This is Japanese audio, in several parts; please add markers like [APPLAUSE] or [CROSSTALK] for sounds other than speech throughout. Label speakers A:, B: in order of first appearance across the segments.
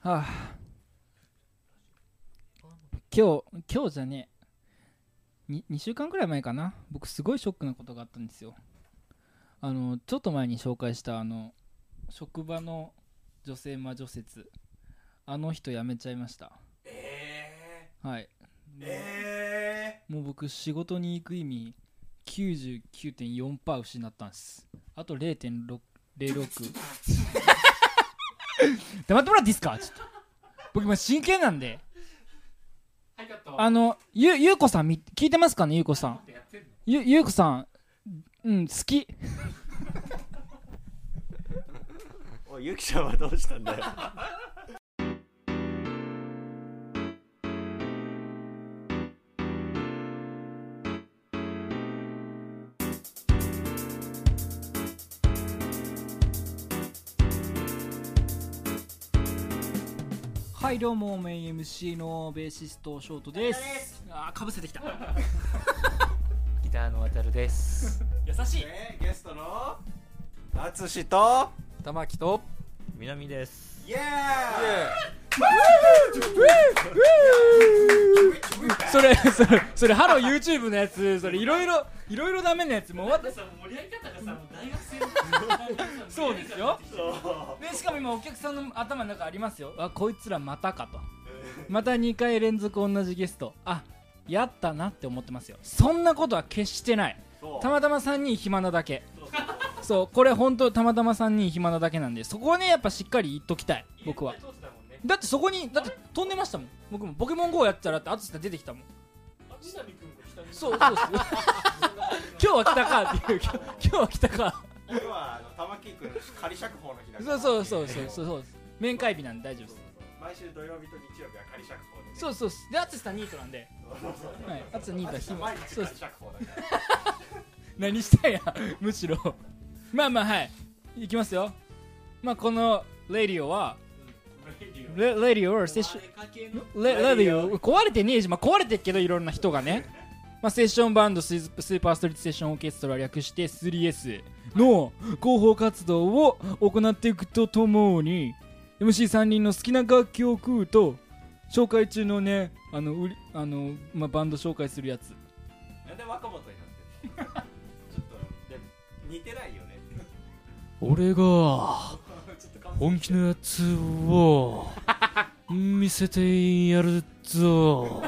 A: はあ今日今日じゃねえに 2, 週間くらい前かな僕すごいショックなことがあったんですよあのちょっと前に紹介したあの職場の女性魔女説あの人辞めちゃいました
B: え
A: はい
B: ー、え
A: もう僕仕事に行く意味99.4%失ったんですあと0.06 [LAUGHS] 06黙ってもらっていいですかちょっと僕今真剣なんで
B: ー、はい、カット
A: あのゆゆうこさんみ聞いてますかねゆうこさん
B: やってんの
A: ゆゆうこさんうん好き
C: おいゆきちゃんはどうしたんだよ
A: はいどうもメイン MC のベーシストショートですあーかぶせてきた
D: ギターの渡るです。
A: 優しい
C: えー、ゲストの淳と
D: 玉木と。
C: 南ですイエ
A: それそれそれハロー YouTube のやつそれいろいろいろいろダメなやつもう終わって
B: さ盛り上げ方がさもう大学生
A: そうですよ
C: ーイそ
A: でしかも今お客さんの頭の中ありますよあこいつらまたかとまた2回連続同じゲストあやったなって思ってますよそんなことは決してないうたまたま3人暇なだけ
C: そう
A: そうこれ本当たまたま3人暇なだけなんでそこはねやっぱしっかり言っときたい僕は
B: 通ってたもんね
A: だってそこにだって飛んでましたもん僕もポケモン GO やってたらって淳さん出てきたもん
B: あ南君も来たね
A: そうそうっす今日は来たかっていう今日今日は来たか
C: 今日はあの玉木君仮釈放の日だか
A: そう
C: ら
A: そうそうそうそうそうです面会日なんで大丈夫です
C: 毎週土曜日と日曜日は仮釈放でね
A: そうそうっすで淳さんニートなんで
C: そうそうそう
A: はい淳さんニートは
C: 淳さん
A: 暇
C: 毎日
A: そうっ
C: 仮
A: す
C: 釈放だから
A: 何したんやむしろまあまあはいいきますよまあこのレディオは
B: レディオ
A: レレディオはセッション
B: お前家系の
A: レレディオ壊れてねえし、まあ、壊れてっけどいろんな人がね、まあ、セッションバンドスイススーパーストリートセッションオーケストラ略して 3S の広報活動を行っていくとともに MC3 人の好きな楽器を食うと紹介中のねあの売りあの、まあ、バンド紹介するやつ
C: なんで若本になってるのちょっとでも似てないよね
D: 俺が本気のやつを見せてやるぞ。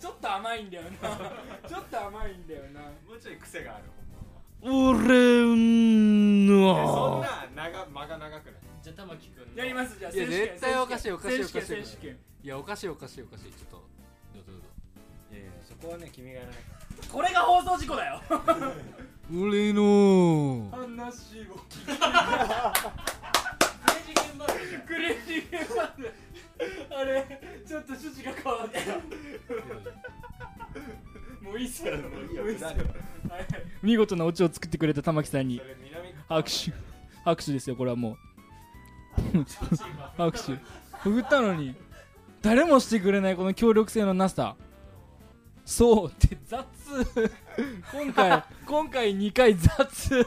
A: ちょっと甘いんだよな [LAUGHS] ちょっと甘いんだよな
C: もうちょい癖があるほ
D: 俺
C: んまは
D: の。
C: そんな長間が長くない
B: じゃあ玉木君
A: やりますじゃあ
E: いや
A: 選手権
E: 絶対おかしいおかしい
A: 選手権
E: おかしい
A: 選手権
E: いやおかしいおかしいおかしいちょっとどうぞどうぞ
C: いやいやそこはね君がなんか
A: これが放送事故だよ
E: 俺の
A: 話を聞
B: クレイジーゲンバー
A: くクレイジーゲームなんだあれちょっと趣旨が変わったもういいっすよ
C: もういいよ
A: もういいっすよ
C: 下るよ
A: はい見事なオチを作ってくれた玉木さんに
C: それ南
A: 拍手拍手ですよこれは [LAUGHS] もう拍手振ったのに誰もしてくれないこの協力性のなさそうって雑今回今回2回雑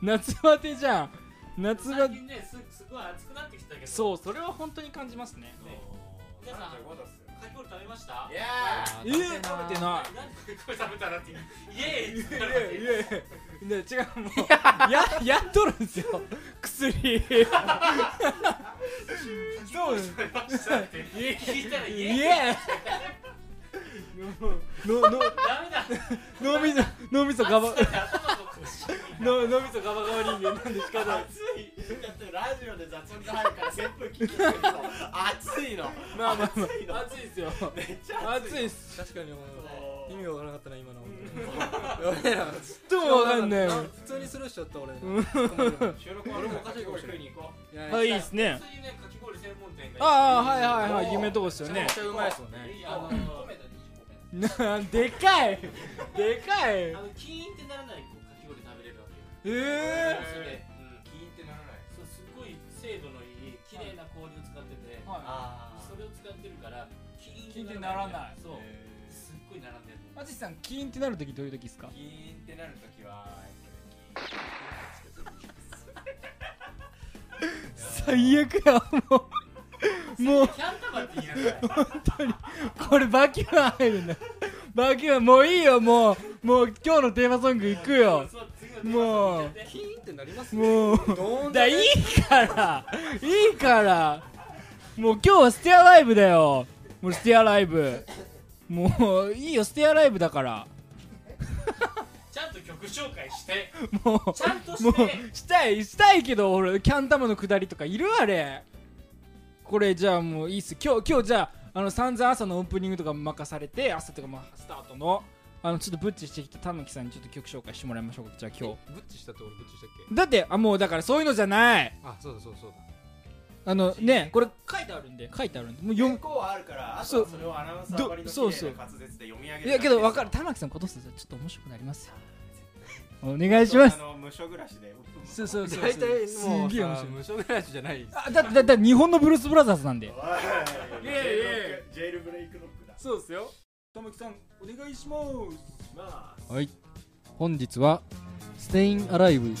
A: 夏バテじゃん夏バ
B: 最
A: テ
B: 近ねすすごい暑くなってきたけど
A: そうそれは本当に感じますね
B: 皆さん
C: 35度っすよ
B: かき氷食べました
C: いや
A: えー、食べてない
B: 何かき氷食べたらってイエーイって
A: いやいやいや違うもうややっとるんですよ薬そうです
B: 食べましたって聞いたらイ
A: い
B: エーイ
A: えのの
B: ダメだ
A: 脳みそ脳みそガバ
B: 頭の腰
A: の脳みそガバガバ人間なんで仕方ない
C: 暑いだってラジオで雑音が入るから扇風機聞いてるけど暑いの
A: まあまあま
C: 暑いの
A: あ暑いですよ
C: めっちゃ暑
A: 暑
C: い
A: いっす
E: 確かに
C: そう
E: 意味わからなかったな今の俺ら
A: ちょっとわかんない
E: あ普通にスルーしちゃった俺
A: うん
C: 収録終わるもかしい食いに行こう
E: いや
A: あいいっすね
B: 普通にねかき氷専門店が
A: ああはいはいはい夢のとこっすよ
E: め
A: ね
E: っちゃうまいっすもんね
B: あの
A: なでかいでかい
B: あのキーンってならないこうかき氷食べれるわけよ
A: ええ
B: それうん
C: 聞いてならない
B: そうすごい精度のいい綺麗な氷を使ってて
C: あ
B: それを使ってるからキーンって
A: キ
B: そうすっごい並んでる
A: マジさんキーンってなるときどういうときですか
C: 聞いてなるときは
A: 最悪やもうもう
B: [LAUGHS] キャンタマって言いながら
A: これバキューン入るんだバキューンもういいよもうもう今日のテーマソングいくよもう
E: キーンってなりますね
A: もう
E: ドーン
A: だいいからいいからもう今日はステアライブだよもうステアライブもういいよステアライブだから
B: [LAUGHS] ちゃんと曲紹介して
A: もう
B: ちゃんと
A: も
B: し
A: う
B: て
A: したいしたいけど俺キャンタマのくだりとかいるあれこれじゃあもういいっす今日今日じゃああの散々朝のオープニングとか任されて朝とかまあスタートのあのちょっとブッチしてきたたぬきさんにちょっと曲紹介してもらいましょうかじゃあ今
E: ブッチしたって俺ブッチしたっけ
A: 日だってあもうだからそういうのじゃない
E: あそうだそうだそうだ
A: あのねこれ書いてあるんで書いてあるんでもう読
C: 原
A: む
C: 稿はあるからあと
A: そう
C: はそれをアナウンサー割りの綺
A: そうそう
C: 麗な滑舌で読み上げる
A: いやけど分かる
C: た
A: 玉木さん今年でちょっと面白くなりますよお願いします
C: あの無償暮らしで
A: そうそうそう
E: 大体
A: す
E: もう
A: げえ面
E: さ
A: 白い
E: 無償暮らしじゃない
A: あだってだって日本のブルースブラザーズなんで
C: おい
E: いやいやいや
C: ジェイルブレイクロックだ
E: そうですよ玉木さんお願いします
C: まあ
E: はい本日は「ステイン・アライブ」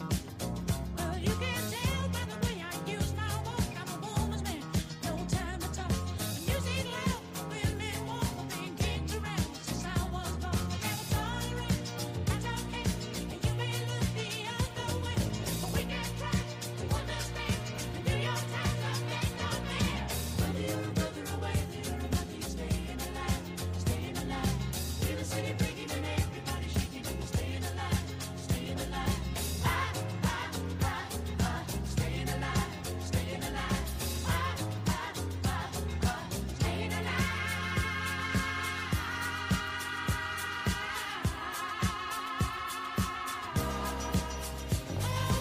F: You can tell by the way I use my walk. I'm a woman's man, no time to talk. Music loud, women walk, but they kicked around since I was born. I never tolerate, I don't care, and you may look the other way, but we can try to understand. And do your time, I make no man. Whether you're brother or whether you're a mother, you're staying alive, staying alive. Feel the city breathing and everybody shaking, and you're staying alive, staying alive. Ah, ah, ah, ah, staying alive, staying alive. Ah, ah, ah, ah, staying alive.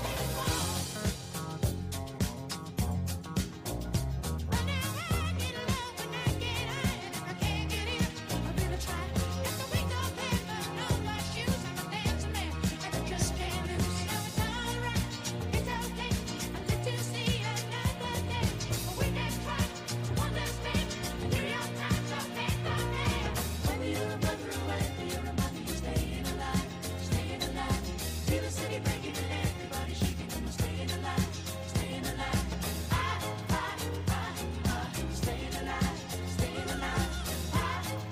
F: Running high, get low when I get high, and if I can't get in, I better try. Got the weight on paper, know my shoes. I'm a dancing man, and I just can't lose. You know it's alright, it's okay. I live to see another day. But we can try to understand. New York Times, I'll take the name. Whether you're a brother or whether you're a mother, you're staying alive, staying alive. Feel the city breaking and everybody shaking, and we're staying alive, staying alive. Ah, ah, ah, ah, staying alive, staying alive. Ah,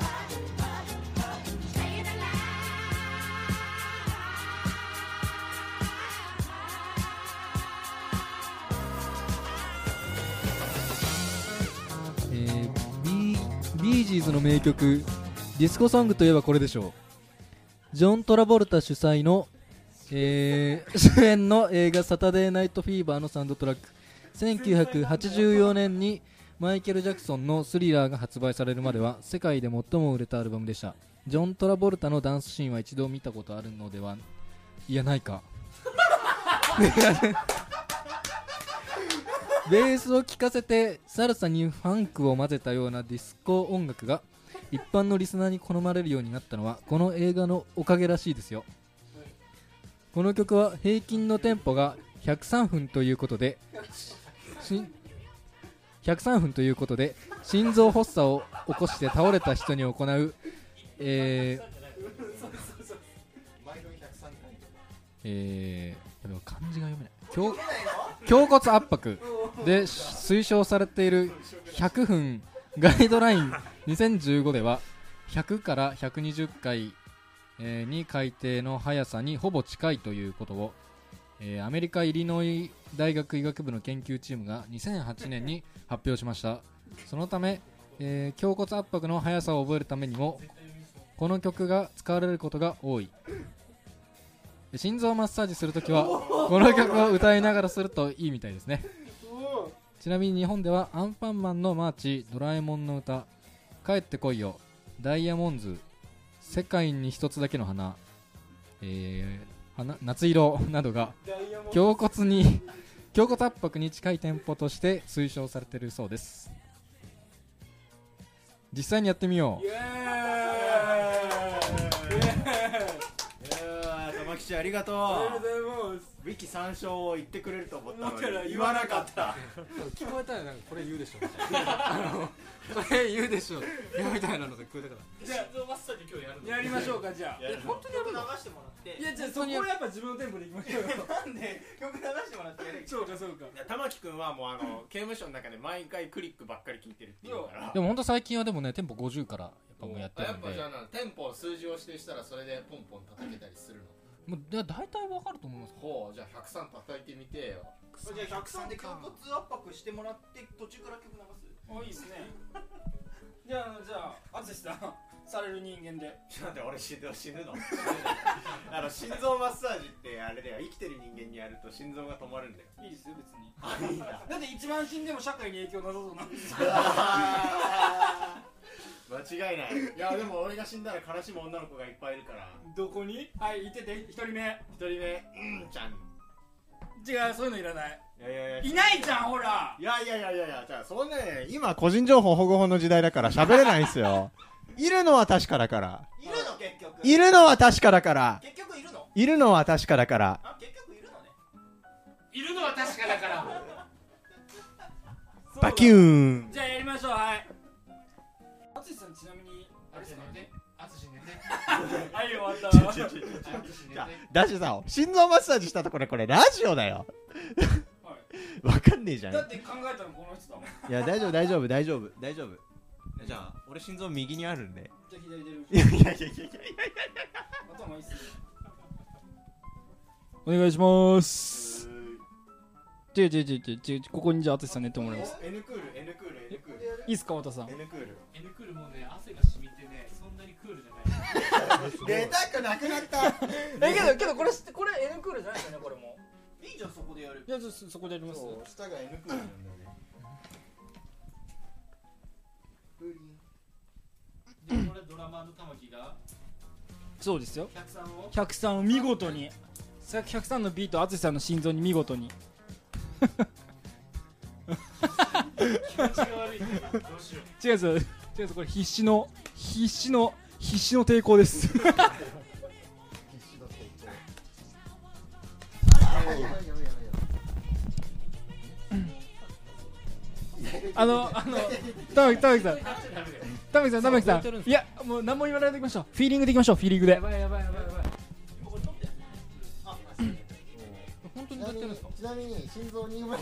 F: ah, ah, ah, staying alive.
E: えー、ビービージーズの名曲ディスコソングといえばこれでしょうジョン・トラボルタ主催の、えー [LAUGHS] 主演の映画「サタデー・ナイト・フィーバー」のサウンドトラック1984年にマイケル・ジャクソンの「スリラー」が発売されるまでは世界で最も売れたアルバムでしたジョン・トラボルタのダンスシーンは一度見たことあるのではいやないかベースを聴かせてサルサにファンクを混ぜたようなディスコ音楽が一般のリスナーに好まれるようになったのはこの映画のおかげらしいですよこの曲は平均のテンポが103分ということでし103分ということで心臓発作を起こして倒れた人に行う、えーえー、でも漢字が読めない胸胸骨圧迫で推奨されている100分ガイドライン2015では100から120回、えーに改定の速さにほぼ近いということを、えーアメリカ・イリノイ大学医学部の研究チームが2008年に発表しましたそのため、えー胸骨圧迫の速さを覚えるためにもこの曲が使われることが多い心臓マッサージするときはこの曲を歌いながらするといいみたいですねちなみに日本ではアンパンマンのマーチドラえもんの歌帰ってこいよダイヤモンズ世界に一つだけの花えー花夏色などが胸骨に [LAUGHS] 胸骨圧迫に近いテンポとして推奨されているそうです実際にやってみよう
C: うわー玉木ちありがとうウィキ参照を言ってくれると思ったのに言わなかった
E: 聞こえたよなんかこれ言うでしょみたいなあのこれ言うでし
A: [LAUGHS]
E: ょいやみたいなのが聞こえたから
B: 心臓マッサージ今日やるの
A: やりましょうかじゃあ
C: 本当に
B: 曲流してもらって
A: いやじゃあそこはやっぱ自分のテンポでいきましょうよ
C: なんで曲流してもらってやる
A: そうかそうか
C: 玉木君はもうあの刑務所の中で毎回クリックばっかり聞いてるっていうから
E: でも本当最近はでもね店舗50からやっぱもうやって
G: や
E: る
G: っ
E: ん
G: ぱじ
E: で
G: ゃあなテンポを数字を指定したらそれでポンポン叩けたりするの
E: もうだ大体わかると思います
G: ほうじゃあ103叩いてみてよ
B: じゃあ103で胸骨圧迫してもらって途中から曲流す
A: おいいですねじゃあじゃあ淳さんされる人間で
C: なんで俺死ぬ死ぬ
G: [LAUGHS]
C: のあの心臓マッサージってあれだよ生きてる人間にやると心臓が止まるんだよ
A: いいですよ別に
C: あいいな
A: だって一番死んでも社会に影響なさそうなんです
C: 間違いないいやでも俺が死んだら悲しむ女の子がいっぱいいるから
A: どこにはいいてて一人目
C: 一人目うんちゃん
A: 違うそういうのいらない
C: いやいやいや
A: いないじゃんほら
C: いやいやいやいやいやじゃあそんなね今個人情報保護法の時代だから喋れないんす [LAUGHS] よいるのは確かだから
B: いるの結局
C: いるのは確かだから
B: 結局いるの
C: いるのは確かだから
B: あ結局いるのね
G: いるのは確かだから
C: バキューン
A: じゃあやりましょうはい淳さんちなみに
G: あれです寝て淳寝て
A: はい終わった
C: ちょちょちょちょ
G: 淳寝て
C: だしさ心臓マッサージしたところこれラジオだよ
A: は
C: わかんねえじゃん
A: だって考えたのこの人だもんじゃ
C: いや大丈夫大丈夫大丈夫大丈夫じゃあ俺心臓右にあるんで
A: あ左出る
C: いやいやいやいやいや
A: 頭いいっすねお願いします違う違う違う違う違うここにじゃあ淳さん寝てもらいます
C: N クール N クール N クール
A: いいっすか太田さん
C: N クール
B: N クールもね汗が染みてねそんなにクールじゃない
C: [LAUGHS] 出たくなくなった
A: えけどけどこれこれ N クールじゃないですよねこれも
B: いいじゃんそこでやる
A: いやそそこでやります
C: 下が N クールなんだよね
B: でこれドラマーの玉木が
A: そうですよ
B: 103を
A: 103を見事にさ103のビート淳さんの心臓に見事に
B: 気持ちが悪いねどうしよう
A: 違うんですよ違うんですこれ必死の必死の必死の抵抗ですあのあの玉木玉木さん玉木さん玉木さんいやもう何も言わないでいきましょうフィーリングでいきましょうフィーリングで
E: ばいやばいやばいやばい
H: 本当に歌ってるんですかちなみに心臓に今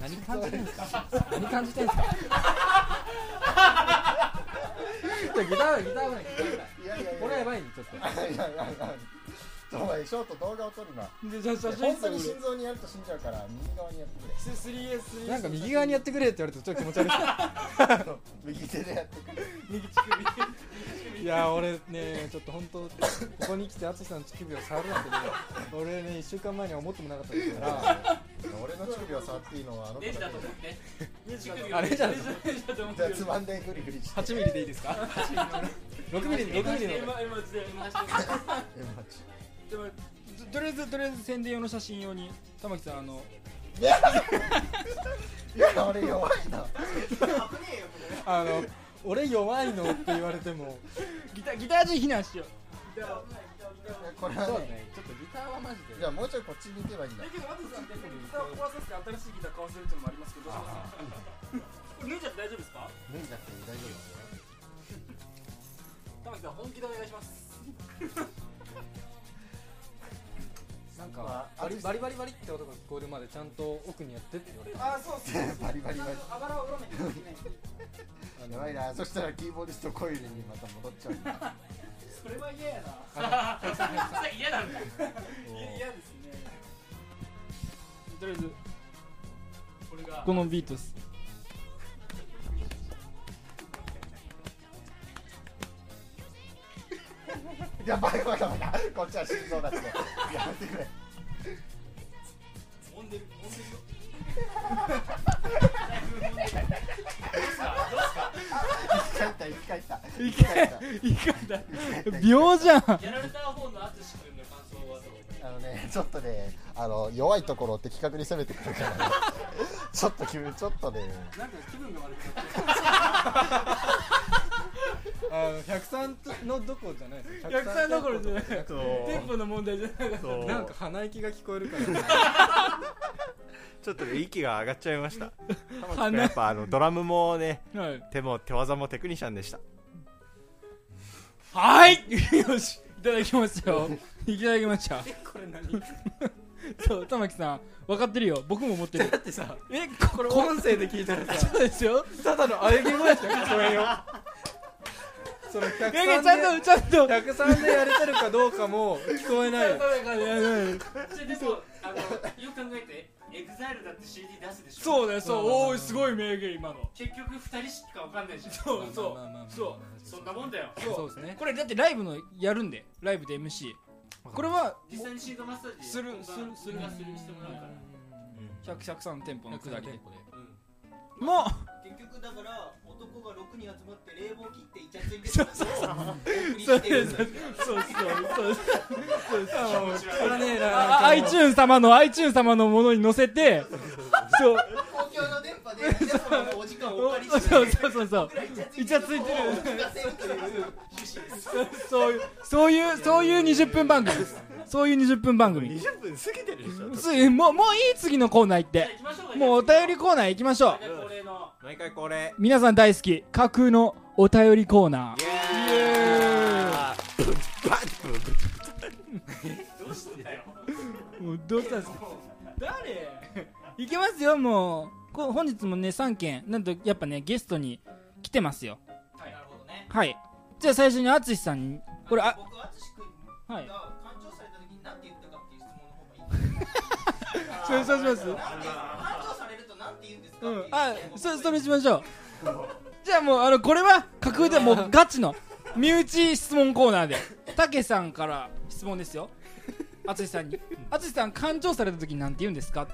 E: 何感じてんすか何感じてんすかギターギターがないギターがない
H: いやいやいや
E: これやばいねちょっと
H: いやいやいやお前ショート動画を撮るな
A: でじゃあ写真
H: 本当に心臓にやると死んじゃうから右側にやってくれ
A: 3S
E: なんか右側にやってくれって言われてちょっと気持
H: [LAUGHS]
E: ち悪い
H: 右手でやってくれ
E: いや俺ねちょっと本当ここに来て淳さんの乳首を触るなんてね俺ね1週間前には思ってもなかったですから
H: 俺の乳首を触っていいのはあの
B: レ
H: 子
B: ジだ
H: だ
B: と思って
E: あれじゃん
H: けじゃあつまんでグリグリして
E: 8ミリでいいです
A: [LAUGHS]
E: か6ミリ6ミリの
H: えマジ
A: でもととりあえずとりあえず宣伝用の写真用に玉木さんあの
H: いや俺弱いな
E: あの俺弱いのって言われても
A: ギターギター陣避難しよ
H: これは
E: そう
H: ね
E: ねちょっとギターはマジ
H: じゃあもうちょいこっちに行けばいいん
A: う
H: だ
A: だけどあとさんってギターを壊させて新しいギター買わせるってのもありますけどこれ脱いちゃって大丈夫ですか
H: 脱いじゃって大丈夫ですよ
A: 玉木さん本気でお願いします
E: なんかバリバリバリバリって音が聞こえるまでちゃんと奥にやってって言われた
A: ああそうっすね
H: バリバリバリ
A: あばらを折らなきゃいけない
E: あ
H: や
E: の
H: ばいなそしたらキーボーディストコイルにまた戻っちゃうんだ
A: それは嫌やな
B: 嫌なんだ
A: 嫌ですねとりあえず
B: これが
A: このビートです
H: やばいやばいやばいこっちは心臓だってやめてくれ
B: 揉んでる [LAUGHS] 揉んでるよ
H: 一回行った一回行った一回行った
A: いかんだ秒じゃん
B: やられた方の淳君の感想はどう
H: あのね、ちょっとね、あの弱いところを的確に攻めてくるから、ね、ちょっと気分、ちょっとね、
A: なんか気分が悪くなって
E: あの103のどこじゃないですよ
D: 103どころじゃない
C: [LAUGHS]
E: 103
C: そう
D: [LAUGHS] テンポの問題じゃなかった
C: そう
E: なんか鼻息が聞こえるから
C: ちょっとね息が上がっちゃいました
A: 鼻
C: やっぱあのドラムもね
A: はい
C: 手も手技もテクニシャンでした
A: はいよしいただきましたよいただきました
D: これ何
A: そう玉木さん分かってるよ僕も持ってる
D: だってさ
A: え
D: これ音声で聞いたらさ
A: そうですよ
D: ただの喘ぎ声しか聞こえんよその103
A: いやいやちゃんとちゃんと
D: で103でやれてるかどうかも聞こえないよ
B: それでもあのよく考えてエグザイルだって CD 出すでしょ
A: そうだよそうおおーすごい名言今の
B: 結局二人しかわかんないじゃん
A: そうそうそう
B: そんなもんだよ
A: そう
E: ですね
A: これだってライブのやるんでライブで MC これは
B: 実際に心臓マッサージ
A: する
B: 本番
A: するする
B: 俺がするしてもらうから
A: 103店舗のくだりでもう
I: 結局だから男が6人集まって冷房切ってイチャついてるそうそう
A: そうそうそう
D: 聞かねえな
A: あ iTunes 様の iTunes 様のものに載せてそう
I: 公共の電波で皆様のお時間をお借り
A: そう
I: して
A: そうそうそう
I: 僕らイチャついてる
A: イチャついてる
I: を聞かせるという趣旨です
A: そういうそういうそういう20分番組ですそういう20分番組
C: 20分過ぎてるでしょ
A: ついもうもういい次のコーナー行っ
B: じゃあ
A: て
B: 行きましょうか
A: もうお便りコーナー行きましょう
B: 大体恒例の
C: 毎回これ
A: 皆さん大好き架空のお便りコーナー
C: イエ
B: どうしてだよ
A: もうどうしたんですか誰いきますよもうこ本日もね3件なんとやっぱねゲストに来てますよ
I: はいなるほどね
A: はいじゃあ最初に淳さんにこれあ
I: 僕淳君
A: はい
I: が感情された時に何て言ったかっていう質問の方がいい
A: そうそうします
I: なんて感情されると何て言うんですか
A: う
I: っていう
A: んあそそれ
I: じ
A: しましょうじゃあもうあのこれは架空でもうガチの身内質問コーナーでたけさんから質問ですよ淳さんに淳さん勘定された時なんて言うんですか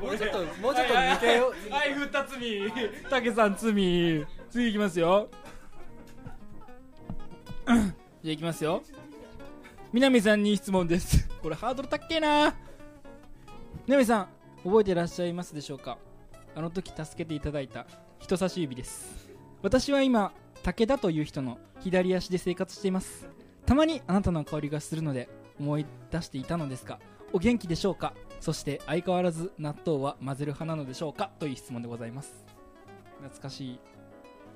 D: もうちょっともうちょっと抜けよ
A: はい振った罪たけさん罪次いきますようんじゃあいきますよ南さんに質問ですこれハードル高えな南さん覚えてらっしゃいますでしょうかあの時助けていただいた人差し指です私は今武田という人の左足で生活していますたまにあなたの香りがするので思い出していたのですがお元気でしょうかそして相変わらず納豆は混ぜる派なのでしょうかという質問でございます懐かしい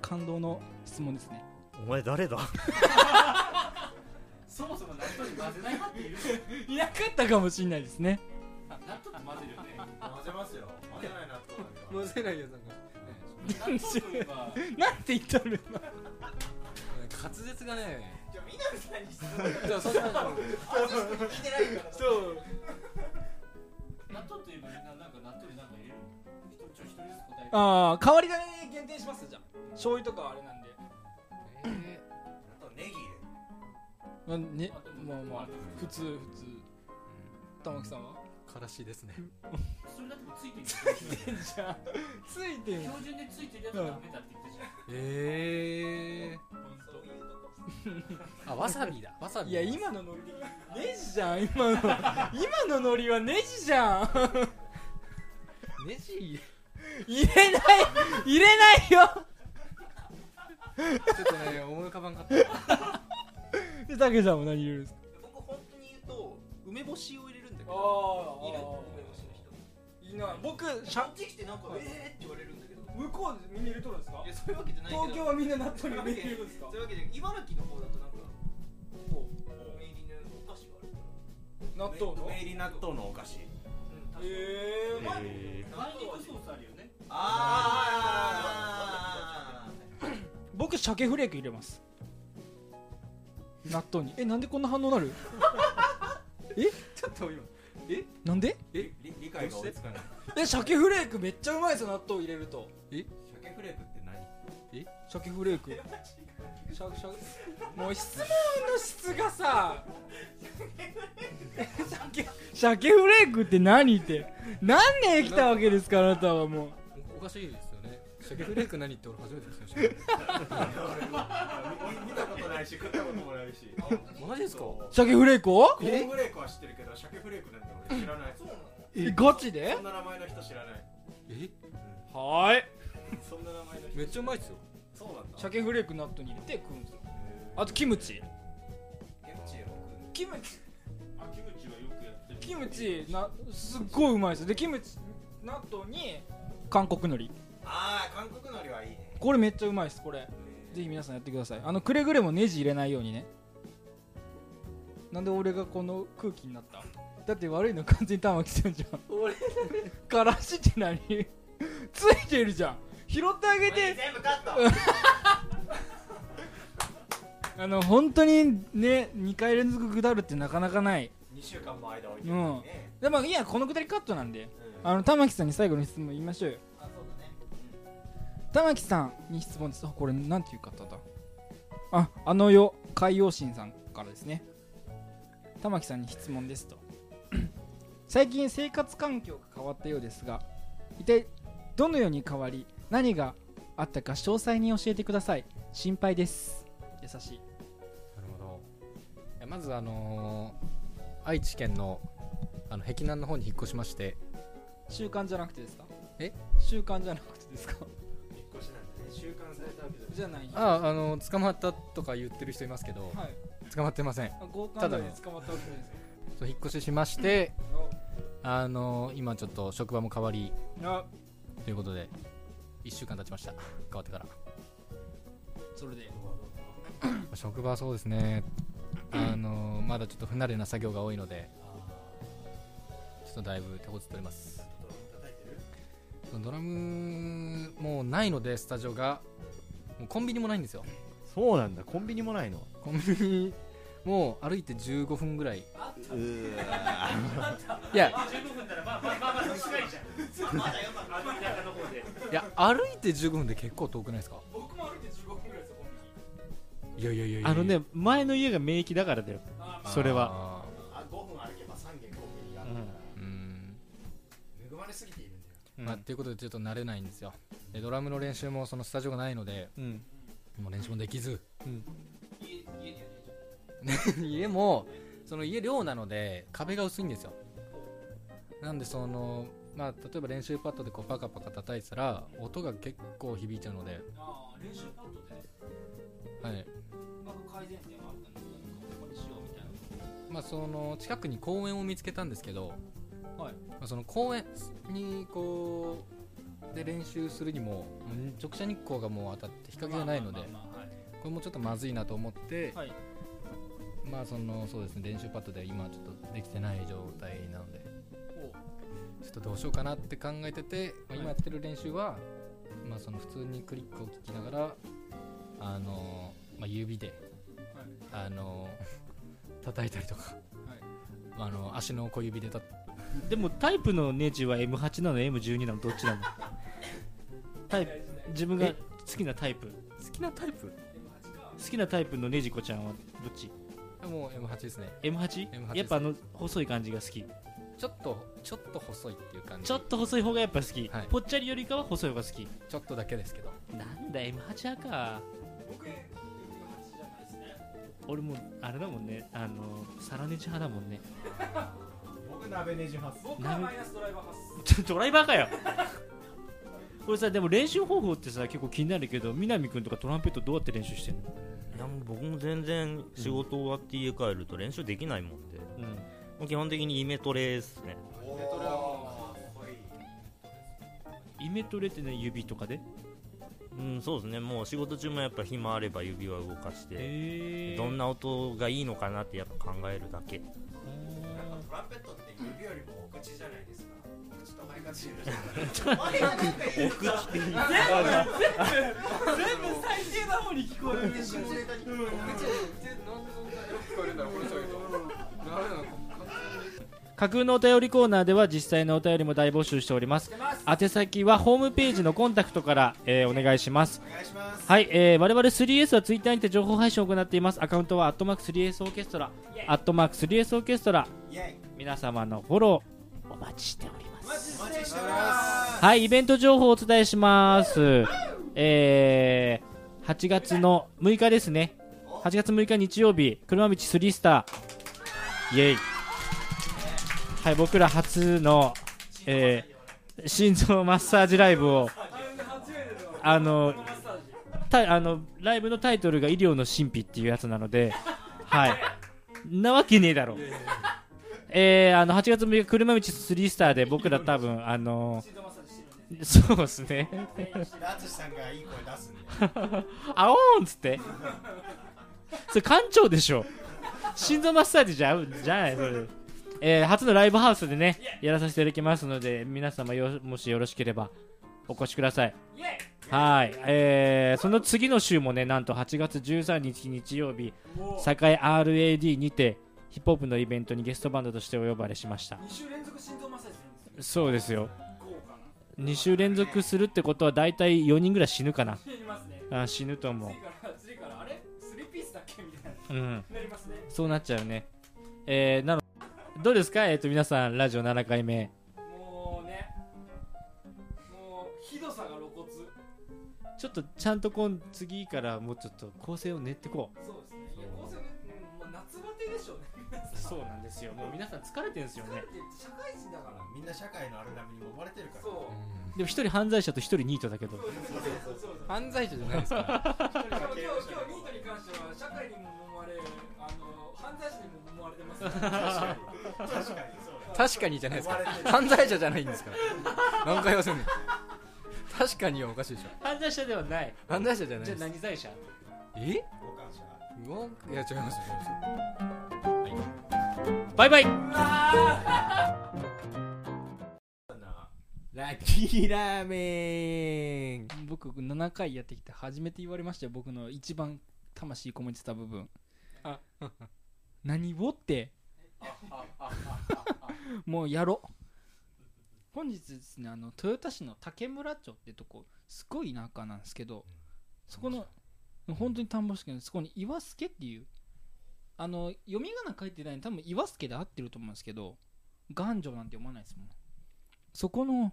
A: 感動の質問ですね
C: お前誰だ
B: そもそも納豆に混ぜない派っている
A: いなかったかもしれないですね
B: 納豆って混ぜるよね
C: 混ぜますよ混ぜない納豆なんか
D: むせないよなんか
B: 納豆といえば
A: なんて言ったの
D: 滑舌がね
I: ゃあ南さんに質問
D: じゃあそんなの
I: 淳君聞いてないから
D: そう
B: 納豆といえばみんななんか納豆になんか入れる一人ちょ一人ずつ答えて
A: ああ変わり種限定しますじゃあ醤油とかはあれなんで
C: あとネギ入
A: なんね
B: あで
A: まあ
B: も
A: まあ普通普通玉木さんは
D: からしですね
B: それだってもうついてるよ
A: じゃあついてる
B: 標準でついてるやつがダメだって言ったじゃん
D: ええ
I: そういうとこ
D: あわさびだわさび
A: いや今のノリネジじゃん
D: [LAUGHS]
A: 今の今のノリはネジじゃん
D: ネジ
A: 入れない入れないよ
D: ちょっとね思い浮かばんかった
A: で、たけさんも何入れるんですか
I: 僕本当に言うと梅干しを入れるんだけど
A: あ
I: いる梅干しの人
A: いない僕し
I: こ
A: ゃ
I: っち来てなんかえーって言われるんだけどい
A: 向こうでみんな入れとるんですか
I: やそういうわけじゃないけど
A: 東京はみんな納豆に入れてるんですか
I: そういうわけで茨城の方だとなんかこう梅入りのお菓子があるか
A: 納豆
C: れ
A: の
C: 梅入り納豆のお菓子
I: ら、うん、
A: えー、前
C: え
B: ガーリックソースあるよね
I: あ
A: 僕鮭フレーク入れます納豆にえなんでこんな反応なる [LAUGHS] え
D: ちょっと今え
A: なんで
D: え
C: 理理解が追いつかない
A: え鮭フレークめっちゃうまいですよ納豆入れると
C: 鮭フレークって何
A: 鮭フレークシャシャもう質問の質がさ鮭鮭フレークって何って何年生きたわけですかあなたはもう
D: おかしいですよねシャケフレーク何って俺初めて聞き
C: 見見たことないし食ったこともないし
D: ましたマジですか
C: そう
A: 鮭フレークを
C: コーンフレークは知ってるけど鮭フレークなんて俺知らない
A: えガチで
C: そんな名前の人知らない
D: え
A: はーい
C: そんな名前の人
J: めっちゃうまいっすよ
C: そうなんだ
A: 鮭フレーク納豆に入れて食うんですよあとキムチ
K: ケムチを
A: キムチ
L: あキムチはよくやってる
A: キムチなすっごいうまいですよでキムチ納豆に韓国海苔
C: ああ韓国海苔はいいね
A: これめっちゃうまいですこれぜひ皆さんやってくださいあのくれぐれもネジ入れないようにねなんで俺がこの空気になっただって悪いの完全に玉来てんじゃん
K: 俺
A: からしって何 [LAUGHS] ついてるじゃん拾ってあげて
C: 全部カット
A: あの本当にね2回連続下るってなかなかない
C: 2週間も間置いてるのにね
A: でもいやこのくだりカットなんで
C: うん
A: あの玉木さんに最後の質問言いましょうよ
K: あそうだね
A: 玉木さんに質問ですあこれなんていう方だああの世海洋神さんからですね玉木さんに質問ですと [CLEARS THROAT] 最近生活環境が変わったようですが一体どのように変わり何があったか詳細に教えてください心配です優しい
E: なるほどいやまずあのー愛知県のあの壁南の方に引っ越しまして
A: 習慣じゃなくてですか
E: え
A: 習慣じゃなくてですか
C: 引っ越しなんでね習慣されたわけじゃない
A: じゃない
E: あああの捕まったとか言ってる人いますけど
A: はい
E: 捕まってません
A: あ強姦
E: ただ
A: 罪
E: の
A: で捕まったわけじゃないですか
E: そう引っ越ししましてあのー今ちょっと職場も変わり
A: あ
E: ということで1週間経ちました変わってから
A: それで
E: 職場はそうですねあのまだちょっと不慣れな作業が多いのでちょっとだいぶ手こずっておりますドラムもうないのでスタジオがもうコンビニもないんですよ
B: そうなんだコンビニもないの
E: コンビニもう歩いて15分ぐらいう
B: ー
E: いや
L: 15分ならまあまあまあまあ近いじゃん
K: まだよかっ
L: あの田舎の方で
E: いや歩いて15分で結構遠くないですか
A: 僕も歩いて15分ぐらいですよ
E: いやいやいやいや
B: あのね前の家が免疫だからだよそれは
E: は
C: あ5分歩けば3軒コンビニがあるから
E: うん
C: 恵まれすぎているんだよ
E: まあっていうことでちょっと慣れないんですよでドラムの練習もそのスタジオがないので
B: うん
E: もう練習もできず
K: た家家にはね
E: [LAUGHS] 家もその家寮なので壁が薄いんですよなんでそのまあ例えば練習パッドでこうパカパカ叩いてたら音が結構響いちゃうので
L: ああ練習パッドで
E: はい
L: まあ改善点はあったんだけどこれしようみたいな
E: まあその近くに公園を見つけたんですけど、
A: はい
E: まあ、その公園にこうで練習するにももう直射日光がもう当たって日陰がないのでこ
L: まあまあまあまあはい
E: れもちょっとまずいなと思って、
A: はい
E: まあそのそうですね練習パッドで今ちょっとできてない状態なのでちょっとどうしようかなって考えてて、まあ、今やってる練習は、まあその普通にクリックを聞きながらあのーまあ、指で、あのー叩いたりとか、あの足の小指でた
B: でもタイプのネジは M8 なの M12 なのどっちなのタイプ自分が好きなタイプ好きなタイプ好きなタイプのネジ子ちゃんはどっち
E: もう M8 ですね
B: M8?
E: M8
B: やっぱあの細い感じが好き
E: ちょっとちょっと細いっていう感じ
B: ちょっと細い方がやっぱ好き、
E: はい
B: ぽっちゃりよりかは細い方が好き
E: ちょっとだけですけど
B: なんだ M8 派か僕 M8 じゃないですね俺もうあれだもんねあのサラネジ派だもんね
C: 僕鍋ネジ発想
B: なる
A: イナスドライバー発生
B: [LAUGHS] ちょドライバーかよこれさでも練習方法ってさ結構気になるけど南君とかトランペットどうやって練習してんの
L: いやもう僕も全然仕事終わって家帰ると練習できないもんで、
B: うん
L: もう基本的にイメトレですね
C: おレトロはもうかっこいい
B: イメトレってね指とかで
L: うんそうですねもう仕事中もやっぱ暇あれば指は動かして、
B: え
L: どんな音がいいのかなってやっぱ考えるだけ
C: なんかトランペットって指よりもお口じゃないですかちょっと前がちに
L: お口って言い
B: 架空のお便りコーナーでは実際のお便りも大募集しております宛先はホームページのコンタクトから、えーお願いします
C: お願いします
B: はい、えー、我々 3S はツイッターにて情報配信を行っていますアカウントはアットマーク 3S オーケストラアットマーク 3S オーケストラ
C: イェイ
B: 皆様のフォローお待ちしております
C: お待ちしております
B: はいイベント情報をお伝えしますえー、8月の6日ですね8月6日日曜日車道3スターイエイはい僕ら初の、えー、心臓マッサージライブをあのたあのライブのタイトルが「医療の神秘」っていうやつなのではいなわけねえだろえー、あの8月6日車道3スターで僕ら多分あのそうですね
C: 淳さんがいい声出す
B: [LAUGHS]
C: んで
B: あおーんっつってそれ館長でしょ心臓マッサージじゃじゃないそれ、えー初のライブハウスでねやらさせていただきますので皆様よもしよろしければお越しくださいはい、えーその次の週もねなんと8月13日日曜日堺 RAD にてヒップホップのイベントにゲストバンドとしてお呼ばれしました
M: 2週連続心臓マッサージするんです
B: そうですよ
M: 豪華な
B: 2週連続するってことは大体4人ぐらい死ぬかな
M: 死 [LAUGHS] にますね
B: あ死ぬと思う
M: 次から次からあれスリーピースだっけみたいな、
B: うん
M: なりますね
B: そうなっちゃうねえー、なのどうですかえっ、と皆さんラジオ7回目
M: もうねもうひどさが露骨
B: ちょっとちゃんとこん次からもうちょっと構成を練ってこう
M: そうですねいやどうせねもう夏バテでしょうね皆さん
B: そうなんですよもう皆さん疲れてるんですよね
M: 社会人だから
C: みんな社会のアルダムに揉まれてるから
M: そう
B: でも一人犯罪者と一人ニートだけど
E: 犯罪者じゃないですか
M: 今日今日今日ニートに関しては社会にも揉まれあの犯罪者にも揉まれてますから
C: 確かにそう
E: 確かにじゃないですか犯罪者じゃないんですから何回はすんねん確かにはおかしいでしょ
B: 犯罪者ではない
E: 犯罪者じゃない
B: じゃ
E: で
B: あ
E: す
B: 何罪者
E: え
C: 互換者
E: ごいや違いますよ
B: バイバイ
E: ラッキーラーメン
A: 僕7回やってきて初めて言われましたよ僕の一番魂込めてた部分
E: あ
A: 何をってもうやろ本日ですねあの豊田市の竹村町ってとこすごい田舎なんですけどそこの本当に田んぼしかないそこに岩助っていうあの読み仮名書いてないの多分岩助で合ってると思うんですけど元女なんて読まないですもんそこの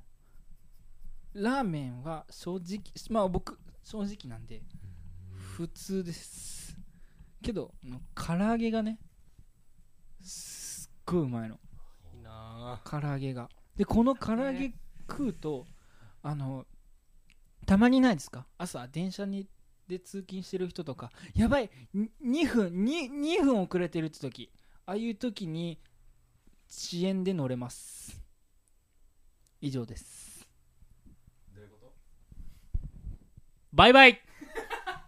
A: ラーメンは正直まあ僕正直なんで普通ですけどあの唐揚げがねすっごいうまいの
E: いいな
A: 唐揚げがでこの唐揚げ食うとあのたまにないですか朝電車にで通勤してる人とかやばいに2分に2分遅れてるって時ああいう時に遅延で乗れます以上です
B: バイバイ